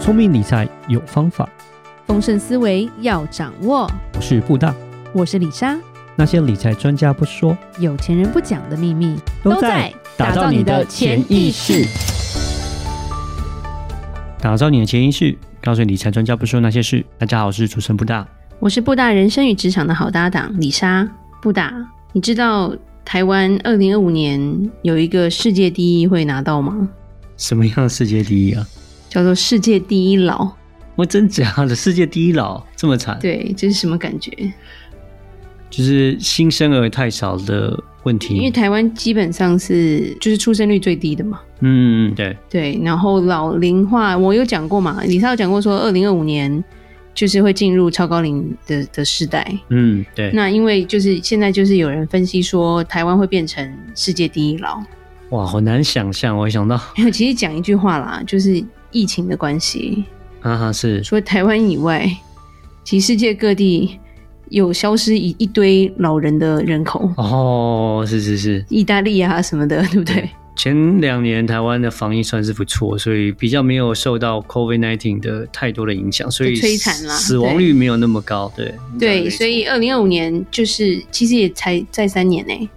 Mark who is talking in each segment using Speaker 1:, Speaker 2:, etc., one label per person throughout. Speaker 1: 聪明理财有方法，
Speaker 2: 丰盛思维要掌握。
Speaker 1: 我是布大。
Speaker 2: 我是李莎，
Speaker 1: 那些理财专家不说，
Speaker 2: 有钱人不讲的秘密
Speaker 1: 打造你的潜意识。，打造你的潜意识，告诉你理财专家不说那些事。大家好，我是主持人布大。
Speaker 2: 我是布大人生与职场的好搭档李莎。布大，你知道台湾二零二五年有一个世界第一会拿到吗？
Speaker 1: 什么样的世界第一啊？
Speaker 2: 叫做世界第一老。
Speaker 1: 我真假的世界第一老这么惨，
Speaker 2: 对，这是什么感觉？
Speaker 1: 就是新生儿太少的问题。
Speaker 2: 因为台湾基本上是就是出生率最低的嘛。
Speaker 1: 嗯，嗯对，
Speaker 2: 对，然后老龄化，我有讲过嘛，李莎有讲过说，二零二五年就是会进入超高龄的的时代。
Speaker 1: 嗯对，
Speaker 2: 那因为就是现在就是有人分析说，台湾会变成世界第一老。
Speaker 1: 哇，好难想象，我一想到，
Speaker 2: 其实讲一句话啦，就是疫情的关系，
Speaker 1: 哈哈，啊是
Speaker 2: 除了台湾以外，其实世界各地有消失一一堆老人的人口，
Speaker 1: 哦，是是是，
Speaker 2: 意大利啊什么的，对不对？
Speaker 1: 前两年台湾的防疫算是不错，所以比较没有受到 COVID nineteen 的太多的影响，所以
Speaker 2: 摧残啦
Speaker 1: 死亡率没有那么高。对
Speaker 2: 对，所以二零二五年就是其实也才在三年呢、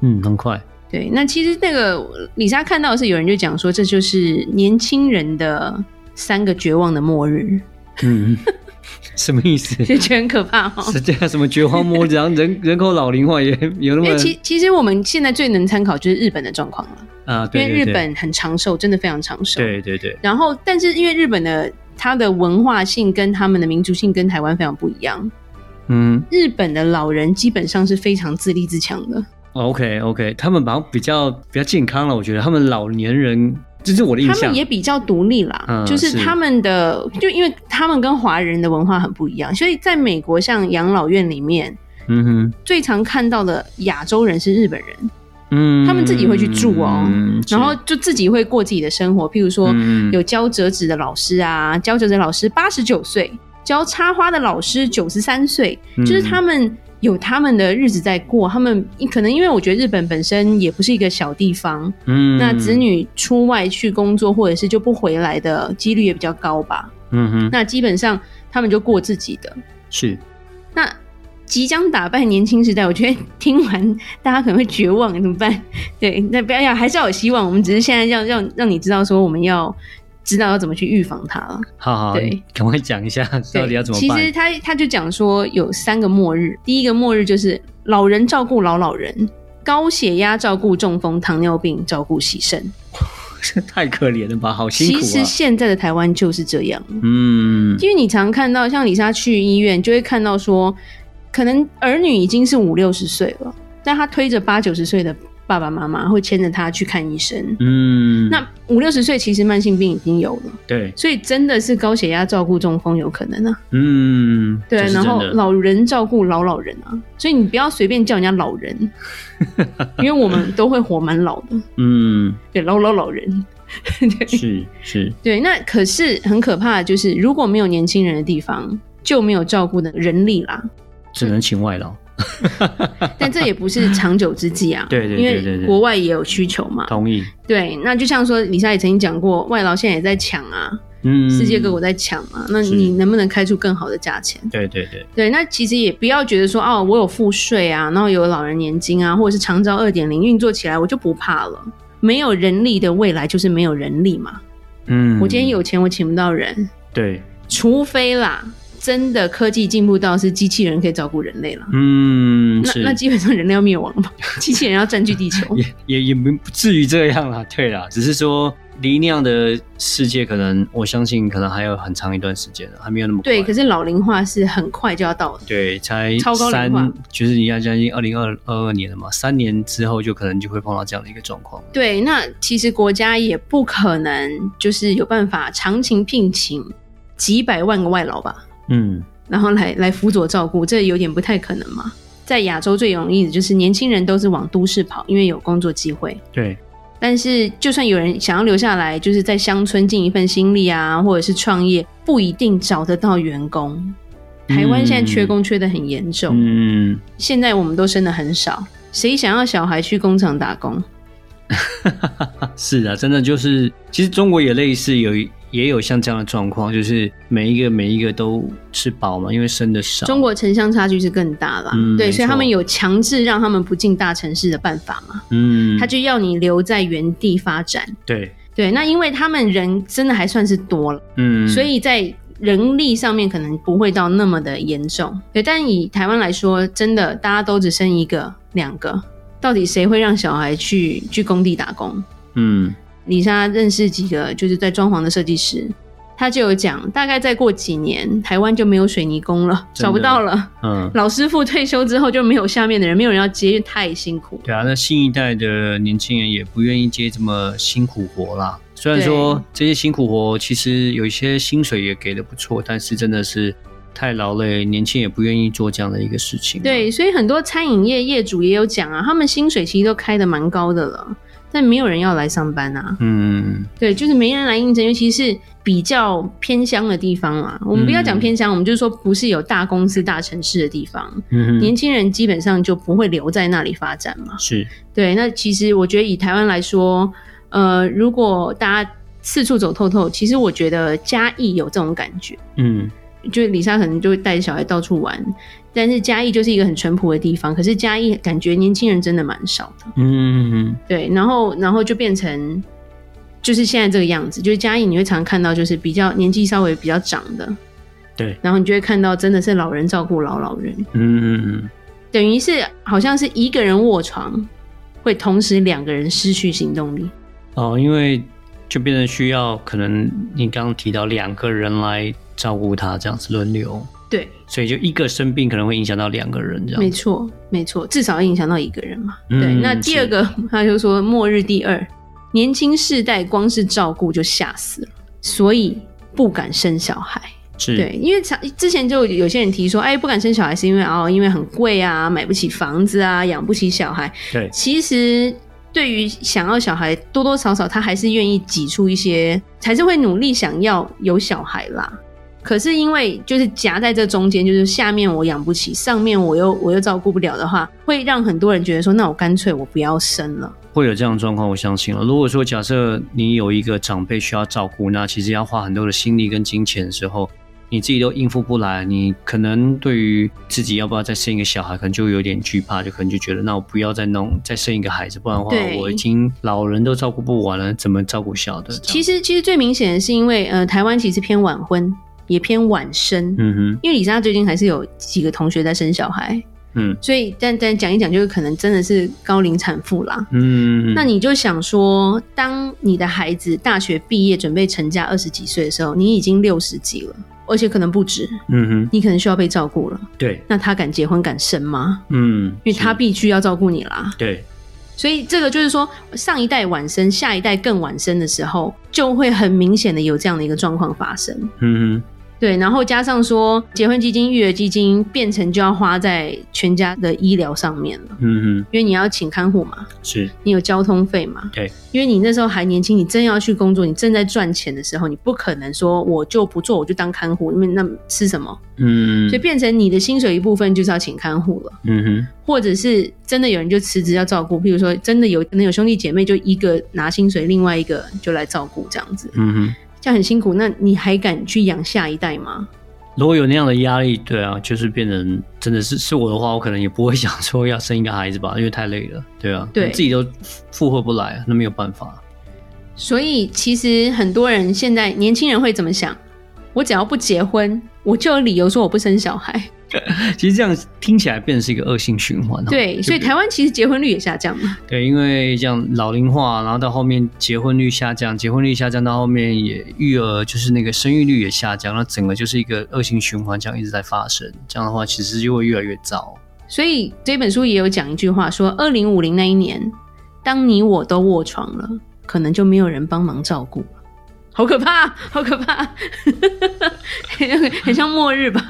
Speaker 1: 嗯，很快
Speaker 2: 对，那其实那个李莎看到的是有人就讲说，这就是年轻人的三个绝望的末日，
Speaker 1: 嗯，什么意思？
Speaker 2: 就觉得很可怕哦。
Speaker 1: 是这样什么绝望末日，然后人 人口老龄化也有那
Speaker 2: 因
Speaker 1: 么
Speaker 2: 为其其实我们现在最能参考就是日本的状况了，
Speaker 1: 啊？
Speaker 2: 因
Speaker 1: 对
Speaker 2: 为
Speaker 1: 对
Speaker 2: 日
Speaker 1: 对
Speaker 2: 本很长寿，真的非常长寿。。
Speaker 1: 对对对，
Speaker 2: 然后，但是因为日本的它的文化性跟他们的民族性跟台湾非常不一样，
Speaker 1: 嗯
Speaker 2: 日本的老人基本上是非常自立自强的，
Speaker 1: ，OK OK，他们好像比较比较健康了，我觉得他们老年人，这是我的印
Speaker 2: 他
Speaker 1: 象
Speaker 2: 们也。比较独立啦，
Speaker 1: 嗯
Speaker 2: 就是
Speaker 1: 是
Speaker 2: 他们的，就因为他们跟华人的文化很不一样，所以在美国像养老院里面。
Speaker 1: 嗯哼，
Speaker 2: 最常看到的亚洲人是日本人，
Speaker 1: 嗯，
Speaker 2: 他们自己会去住哦
Speaker 1: 嗯
Speaker 2: 然后就自己会过自己的生活，譬如说
Speaker 1: 嗯
Speaker 2: 有教折纸的老师啊，教折纸老师八十九岁，教插花的老师九十三岁，
Speaker 1: 嗯
Speaker 2: 就是他们有他们的日子在过。他们可能因为我觉得日本本身也不是一个小地方，
Speaker 1: 嗯
Speaker 2: 那子，女出外去工作或者是就不回来的几率也比较高吧。
Speaker 1: 嗯哼，
Speaker 2: 那基本上他们就过自己的。
Speaker 1: 是
Speaker 2: 那即将打败年轻时代，我觉得 听完大家可能会绝望，怎么办？ 对，那不要要，还是要有希望。我们只是现在要让让你知道说，我们要知道要怎么去预防它了。
Speaker 1: 好好，
Speaker 2: 对
Speaker 1: 你赶快讲一下到底要怎么
Speaker 2: 其
Speaker 1: 办。
Speaker 2: 实他他就讲说有三个末日，第一个末日就是老人照顾老老人。高血压照顾中风、糖尿病照顾洗肾，
Speaker 1: 这 太可怜了吧，好辛苦
Speaker 2: 其实
Speaker 1: 啊。
Speaker 2: 现在的台湾就是这样。
Speaker 1: 嗯，
Speaker 2: 因为你常看到，像李莎去医院，就会看到说，可能儿女已经是五六十岁了，但她推着八九十岁的爸爸妈妈，会牵着他去看医生。
Speaker 1: 嗯，
Speaker 2: 那五六十岁其实慢性病已经有了，
Speaker 1: 对，
Speaker 2: 所以真的是高血压照顾中风有可能啊。
Speaker 1: 嗯，
Speaker 2: 对，啊
Speaker 1: 这是
Speaker 2: 然后
Speaker 1: 真的
Speaker 2: 老人照顾老老人啊，所以你不要随便叫人家老人，啊因为我们都会活蛮老的。
Speaker 1: 嗯，
Speaker 2: 对，老老老人，对
Speaker 1: 是是，
Speaker 2: 对。那可是很可怕的就是，如果没有年轻人的地方，就没有照顾的人力啦。
Speaker 1: 只能请外 劳，。
Speaker 2: 啊但这也不是长久之计啊
Speaker 1: 对对对对对
Speaker 2: 因为国外也有需求嘛。
Speaker 1: 同意。
Speaker 2: 对，那就像说李莎也曾经讲过，外劳现在也在抢啊，
Speaker 1: 嗯，
Speaker 2: 世界各国在抢啊，那
Speaker 1: 是
Speaker 2: 你能不能开出更好的价钱？
Speaker 1: 对对对，
Speaker 2: 对，那其实也不要觉得说哦，我有付税啊，然后有老人年金啊，或者是长照二点零运作起来，我就不怕了。没有人力的未来就是没有人力嘛。
Speaker 1: 嗯，
Speaker 2: 我今天有钱，我请不到人，
Speaker 1: 对，
Speaker 2: 除非啦，真的科技进步到是机器人可以照顾人类了。
Speaker 1: 嗯，
Speaker 2: 那
Speaker 1: 是
Speaker 2: 那基本上人类要灭亡了嘛， 机器人要占据地球。
Speaker 1: 也也也不不至于这样啦， 对啦，只是说离那样的世界，可能我相信可能还有很长一段时间了，还没有那么
Speaker 2: 对，
Speaker 1: 快
Speaker 2: 可是老龄化是很快就要到的。
Speaker 1: 对，才
Speaker 2: 超高龄
Speaker 1: 三
Speaker 2: 化，
Speaker 1: 就是你要将近二零二二二年了嘛，三年之后就可能就会碰到这样的一个状况。
Speaker 2: 对，那其实国家也不可能就是有办法长情聘请几百万个外劳吧，
Speaker 1: 嗯，
Speaker 2: 然后来来辅佐照顾，这有点不太可能嘛。在亚洲最容易的就是年轻人都是往都市跑，因为有工作机会。
Speaker 1: 对，
Speaker 2: 但是就算有人想要留下来，就是在乡村尽一份心力啊，或者是创业，不一定找得到员工。台湾现在缺工缺得很严重，
Speaker 1: 嗯，
Speaker 2: 现在我们都生的很少，谁想要小孩去工厂打工？
Speaker 1: 是啊，真的就是，其实中国也类似有一也有像这样的状况，就是每一个每一个都吃饱嘛，因为生的少。
Speaker 2: 中国城乡差距是更大啦，
Speaker 1: 嗯
Speaker 2: 对，
Speaker 1: 没
Speaker 2: 所以他
Speaker 1: 错
Speaker 2: 们有强制让他们不进大城市的办法嘛，
Speaker 1: 嗯，
Speaker 2: 他就要你留在原地发展。
Speaker 1: 对，
Speaker 2: 对，那因为他们人真的还算是多了，
Speaker 1: 嗯，
Speaker 2: 所以在人力上面可能不会到那么的严重。对，但以台湾来说，真的大家都只生一个、两个，到底谁会让小孩去去工地打工？
Speaker 1: 嗯
Speaker 2: 李莎认识几个就是在装潢的设计师，他就有讲，大概再过几年，台湾就没有水泥工了，
Speaker 1: 真的
Speaker 2: 找不到了。
Speaker 1: 嗯，
Speaker 2: 老师傅退休之后就没有下面的人，没有人要接，因为太辛苦。
Speaker 1: 对啊，那新一代的年轻人也不愿意接这么辛苦活啦。虽然说
Speaker 2: 对
Speaker 1: 这些辛苦活其实有一些薪水也给的不错，但是真的是太劳累，年轻人也不愿意做这样的一个事情。
Speaker 2: 对，，所以很多餐饮业业主也有讲啊，他们薪水其实都开的蛮高的了，但没有人要来上班啊。
Speaker 1: 嗯，
Speaker 2: 对，就是没人来应征，尤其是比较偏乡的地方啦。我们不要讲偏乡，我们就是说不是有大公司、大城市的地方，
Speaker 1: 嗯
Speaker 2: 年
Speaker 1: 哼，
Speaker 2: 轻人基本上就不会留在那里发展嘛。
Speaker 1: 是，
Speaker 2: 对，那其实我觉得以台湾来说，呃，如果大家四处走透透，其实我觉得嘉义有这种感觉。
Speaker 1: 嗯
Speaker 2: 就是李莎可能就会带着小孩到处玩，但是嘉义就是一个很淳朴的地方，可是嘉义感觉年轻人真的蛮少的，
Speaker 1: 嗯
Speaker 2: 对，然后然后就变成就是现在这个样子，就是嘉义你会常看到就是比较年纪稍微比较长的，
Speaker 1: 对，
Speaker 2: 然后你就会看到真的是老人照顾老老人，
Speaker 1: 嗯嗯
Speaker 2: 等于是好像是一个人卧床，会同时两个人失去行动力，
Speaker 1: 嗯，哦，因为就变成需要可能你刚刚提到两个人来照顾他，这样子轮流，
Speaker 2: 对，
Speaker 1: 所以就一个生病可能会影响到两个人这样
Speaker 2: 没
Speaker 1: 子。
Speaker 2: 错没错，至少要影响到一个人嘛。对，
Speaker 1: 嗯
Speaker 2: 那第二个他就说末日第二，年轻世代光是照顾就吓死了，所以不敢生小孩。
Speaker 1: 是，
Speaker 2: 对，因为常之前就有些人提说，哎，不敢生小孩是因为哦，因为很贵啊，买不起房子啊，养不起小孩。
Speaker 1: 对
Speaker 2: 其实对于想要小孩，多多少少他还是愿意挤出一些，还是会努力想要有小孩啦。可是因为就是夹在这中间，就是下面我养不起，上面我又我又照顾不了的话，会让很多人觉得说，那我干脆我不要生了。
Speaker 1: 会有这样的状况，我相信了。啊如果说假设你有一个长辈需要照顾，那其实要花很多的心力跟金钱的时候，你自己都应付不来，你可能对于自己要不要再生一个小孩，可能就有点惧怕，就可能就觉得那我不要再弄再生一个孩子，不然的话
Speaker 2: 对
Speaker 1: 我已经老人都照顾不完了，怎么照顾小的？
Speaker 2: 其
Speaker 1: 实，
Speaker 2: 实其实最明显的是因为呃，台湾其实偏晚婚，也偏晚生。
Speaker 1: 嗯哼，
Speaker 2: 因为李莎最近还是有几个同学在生小孩，
Speaker 1: 嗯
Speaker 2: 所以但但讲一讲，就是可能真的是高龄产妇啦。
Speaker 1: 嗯，
Speaker 2: 那你就想说，当你的孩子大学毕业准备成家二十几岁的时候，你已经六十几了，而且可能不止，
Speaker 1: 嗯哼，
Speaker 2: 你可能需要被照顾了。
Speaker 1: 对，
Speaker 2: 那他敢结婚敢生吗？
Speaker 1: 嗯，
Speaker 2: 因为他
Speaker 1: 是
Speaker 2: 必须要照顾你啦。
Speaker 1: 对，
Speaker 2: 所以这个就是说，上一代晚生，下一代更晚生的时候，就会很明显的有这样的一个状况发生。
Speaker 1: 嗯
Speaker 2: 对，然后加上说，结婚基金、育儿基金变成就要花在全家的医疗上面了，
Speaker 1: 哼，嗯
Speaker 2: 因为你要请看护嘛，
Speaker 1: 哼，是，
Speaker 2: 你有交通费嘛，
Speaker 1: 对，
Speaker 2: 因为你那时候还年轻，你真要去工作，你正在赚钱的时候，你不可能说我就不做，我就当看护，因为那吃什么？
Speaker 1: 嗯
Speaker 2: 所以，变成你的薪水一部分就是要请看护了，
Speaker 1: 嗯哼，
Speaker 2: 或者是真的有人就辞职要照顾，譬如说真的有可能有兄弟姐妹就一个拿薪水，另外一个就来照顾这样子，
Speaker 1: 嗯哼。
Speaker 2: 这样很辛苦，那你还敢去养下一代吗？
Speaker 1: 如果有那样的压力，对啊，就是变成真的是是我的话，我可能也不会想说要生一个孩子吧，因为太累了，对啊，
Speaker 2: 对
Speaker 1: 自己都负荷不来，啊那没有办法，
Speaker 2: 所以其实很多人现在年轻人会怎么想？我只要不结婚，我就有理由说我不生小孩。
Speaker 1: 其实这样听起来变成是一个恶性循环、哦。
Speaker 2: 对，
Speaker 1: 就
Speaker 2: 所以
Speaker 1: 比
Speaker 2: 台湾其实结婚率也下降嘛。
Speaker 1: 对，因为这样老龄化，然后到后面结婚率下降，结婚率下降到后面也育儿就是那个生育率也下降，那整个就是一个恶性循环，这样一直在发生。这样的话，其实就会越来越糟。
Speaker 2: 所以这本书也有讲一句话说，二零五零那一年，当你我都卧床了，可能就没有人帮忙照顾了。好可怕， 好可怕，很像末日吧？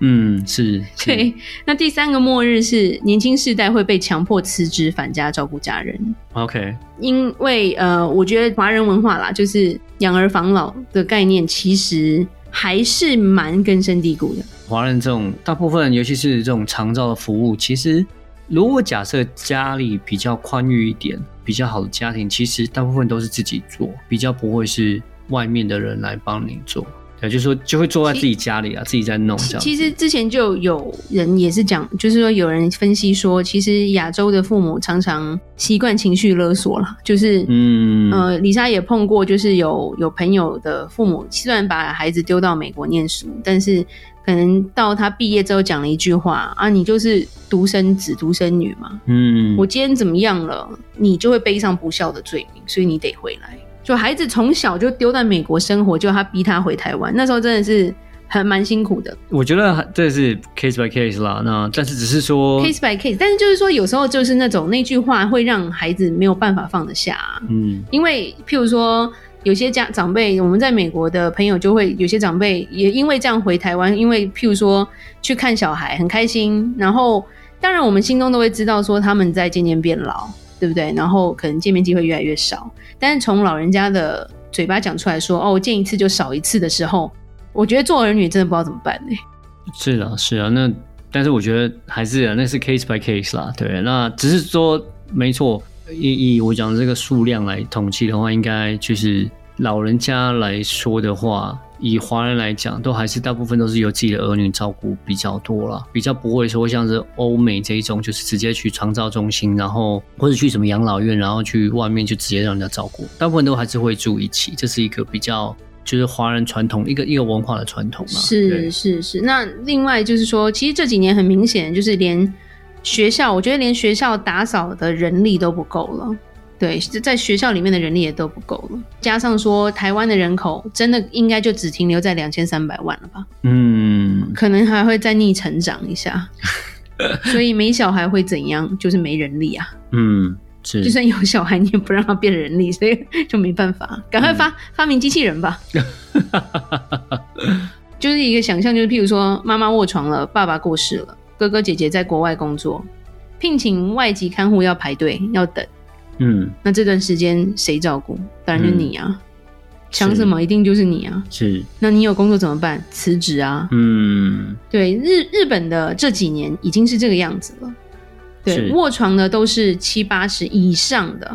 Speaker 1: 嗯，是，是，
Speaker 2: 对。那第三个末日是年轻世代会被强迫辞职返家照顾家人。
Speaker 1: ，OK，
Speaker 2: 因为呃，我觉得华人文化啦，就是养儿防老的概念，其实还是蛮根深蒂固的。
Speaker 1: 华人这种大部分，尤其是这种长照的服务，其实如果假设家里比较宽裕一点、比较好的家庭，其实大部分都是自己做，比较不会是外面的人来帮你做。对，就是说就会做在自己家里啊，自己在弄这样。
Speaker 2: 其实之前就有人也是讲，就是说有人分析说，其实亚洲的父母常常习惯情绪勒索了，就是
Speaker 1: 嗯，
Speaker 2: 呃，李莎也碰过，就是有有朋友的父母虽然把孩子丢到美国念书，但是可能到他毕业之后讲了一句话啊，你就是独生子、独生女嘛，
Speaker 1: 嗯，
Speaker 2: 我今天怎么样了，你就会背上不孝的罪名，所以你得回来。就孩子从小就丢在美国生活，就他逼他回台湾，那时候真的是还蛮辛苦的
Speaker 1: 我觉得还这是 case by case 啦。那但是只是说，
Speaker 2: ，case by case。但是就是说，有时候就是那种那句话会让孩子没有办法放得下啊、
Speaker 1: 嗯
Speaker 2: 因为譬如说，有些家长辈，我们在美国的朋友就会有些长辈也因为这样回台湾，因为譬如说去看小孩很开心，然后当然我们心中都会知道说他们在渐渐变老，对不对？然后可能见面机会越来越少，但是从老人家的嘴巴讲出来说哦，见一次就少一次的时候，我觉得做儿女真的不知道怎么办欸呢、
Speaker 1: 是啊是啊。那但是我觉得还是啊，那是 case by case 啦。对，那只是说没错，以以我讲的这个数量来统计的话，应该就是老人家来说的话。以华人来讲，都还是大部分都是由自己的儿女照顾比较多啦，比较不会说像是欧美这一种，就是直接去长照中心，然后或者去什么养老院，然后去外面就直接让人家照顾。大部分都还是会住一起，这是一个比较就是华人传统一个一个文化的传统嘛。对
Speaker 2: 是是是，那另外就是说，其实这几年很明显，就是连学校，我觉得连学校打扫的人力都不够了。对，在学校里面的人力也都不够了，加上说台湾的人口真的应该就只停留在两千三百万了吧，
Speaker 1: 嗯，
Speaker 2: 可能还会再逆成长 一下。所以没小孩会怎样？就是没人力啊！
Speaker 1: 嗯，是，
Speaker 2: 就算有小孩，你也不让他变人力，所以就没办法。赶快发、发明机器人吧！就是一个想象，就是譬如说，妈妈卧床了，爸爸过世了，哥哥姐姐在国外工作，聘请外籍看护要排队要等，
Speaker 1: 嗯，
Speaker 2: 那这段时间谁照顾？当然就你啊！想什么一定就是你啊！
Speaker 1: 是，
Speaker 2: 那你有工作怎么办？辞职啊！
Speaker 1: 嗯，
Speaker 2: 对，日日本的这几年已经是这个样子了。对，
Speaker 1: 是
Speaker 2: 卧床的都是七八十以上的，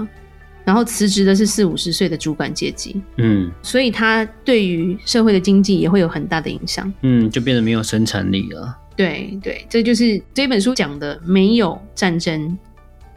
Speaker 2: 然后辞职的是四五十岁的主管阶级，
Speaker 1: 嗯，
Speaker 2: 所以他对于社会的经济也会有很大的影响。
Speaker 1: 嗯，就变得没有生产力了。
Speaker 2: 对对，这就是这本书讲的，没有战争，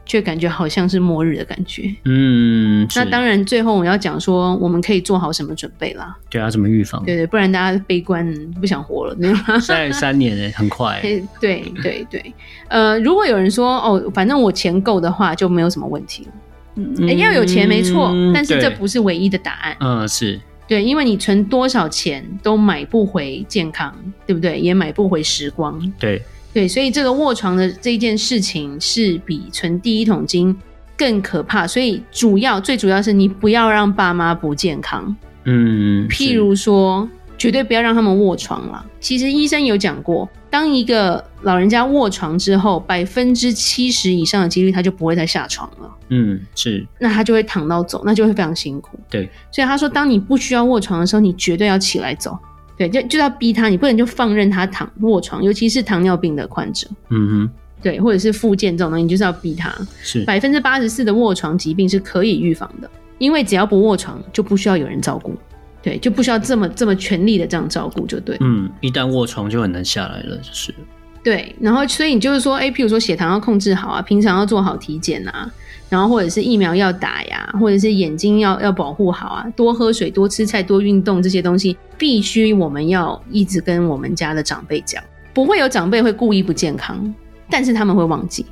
Speaker 2: 却感觉好像是末日的感觉。
Speaker 1: 嗯，
Speaker 2: 那
Speaker 1: 是
Speaker 2: 当然，最后我要讲说，我们可以做好什么准备啦？
Speaker 1: 对啊，怎么预防？
Speaker 2: 对对，不然大家悲观不想活了，对吗？
Speaker 1: 现在三年欸呢，很 快。嗯
Speaker 2: 诶对对对，呃，如果有人说哦，反正我钱够的话就没有什么问题了。
Speaker 1: 嗯
Speaker 2: 诶哎要有钱没错，但是这
Speaker 1: 对
Speaker 2: 不是唯一的答案。
Speaker 1: 嗯是，
Speaker 2: 对，因为你存多少钱都买不回健康，对不对？也买不回时光。
Speaker 1: 对，
Speaker 2: 对，所以这个卧床的这一件事情是比存第一桶金更可怕。所以主要最主要是你不要让爸妈不健康，
Speaker 1: 嗯，
Speaker 2: 譬
Speaker 1: 是
Speaker 2: 如说，绝对不要让他们卧床啦。其实医生有讲过，当一个老人家卧床之后，百分之七十以上的几率他就不会再下床了。
Speaker 1: 嗯是，
Speaker 2: 那他就会躺到走，那就会非常辛苦。
Speaker 1: 对，
Speaker 2: 所以他说，当你不需要卧床的时候，你绝对要起来走。对，就就要逼他，你不能就放任他躺卧床，尤其是糖尿病的患者，
Speaker 1: 嗯哼，
Speaker 2: 对，或者是复健这种东西，你就是要逼他。
Speaker 1: 是，
Speaker 2: 百分之八十四的卧床疾病是可以预防的，因为只要不卧床，就不需要有人照顾，对，就不需要这么这么全力的这样照顾，就对、
Speaker 1: 嗯，一旦卧床就很难下来了，就是，
Speaker 2: 对。然后，所以你就是说，哎，譬如说血糖要控制好啊，平常要做好体检啊，然后或者是疫苗要打呀，或者是眼睛要要保护好啊，多喝水、多吃菜、多运动这些东西，必须我们要一直跟我们家的长辈讲，不会有长辈会故意不健康，但是他们会忘记。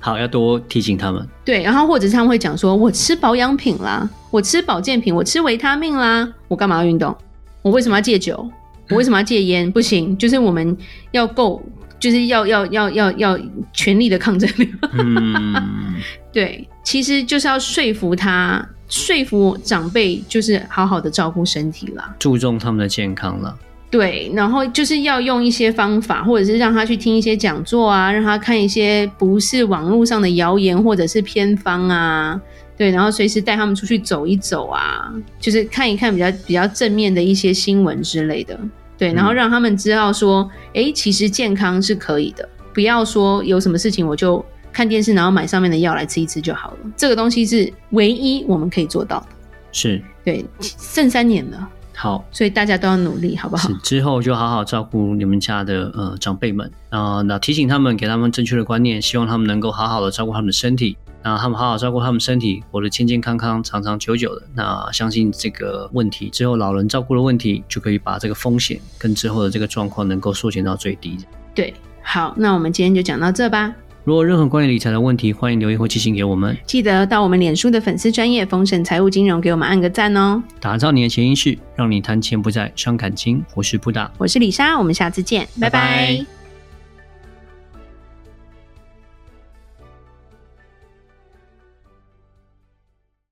Speaker 1: 好，要多提醒他们。
Speaker 2: 对，然后或者是他们会讲说，我吃保养品啦，我吃保健品，我吃维他命啦，我干嘛要运动？我为什么要戒酒？我为什么要戒烟？不行，就是我们要够，就是要要要要要全力的抗争。
Speaker 1: 嗯，
Speaker 2: 对，其实就是要说服他，说服长辈，就是好好的照顾身体啦。
Speaker 1: 注重他们的健康了。
Speaker 2: 对，然后就是要用一些方法，或者是让他去听一些讲座啊，让他看一些不是网络上的谣言或者是偏方啊，对，然后随时带他们出去走一走啊，就是看一看比较比较正面的一些新闻之类的，对，然后
Speaker 1: 嗯
Speaker 2: 让他们知道说，诶，其实健康是可以的，不要说有什么事情我就看电视，然后买上面的药来吃一吃就好了，这个东西是唯一我们可以做到的。
Speaker 1: 是
Speaker 2: 对，剩三年了，
Speaker 1: 好。
Speaker 2: 所以大家都要努力，好不好
Speaker 1: 是？之后就好好照顾你们家的呃长辈们啊、那提醒他们，给他们正确的观念，希望他们能够好好的照顾他们的身体，那他们好好照顾他们身体，活得健健康康、长长久久的。那相信这个问题之后，老人照顾的问题就可以把这个风险跟之后的这个状况能够缩减到最低。
Speaker 2: 对，好，那我们今天就讲到这吧。
Speaker 1: 如果有任何关于理财的问题，欢迎留言或寄信给我们。
Speaker 2: 记得到我们脸书的粉丝专业丰盛财务金融给我们按个赞哦。
Speaker 1: 打造你的潜意识，让你谈钱不再伤感情。我是布达，
Speaker 2: 我是李莎，我们下次见，拜
Speaker 1: 拜
Speaker 2: 拜
Speaker 1: 拜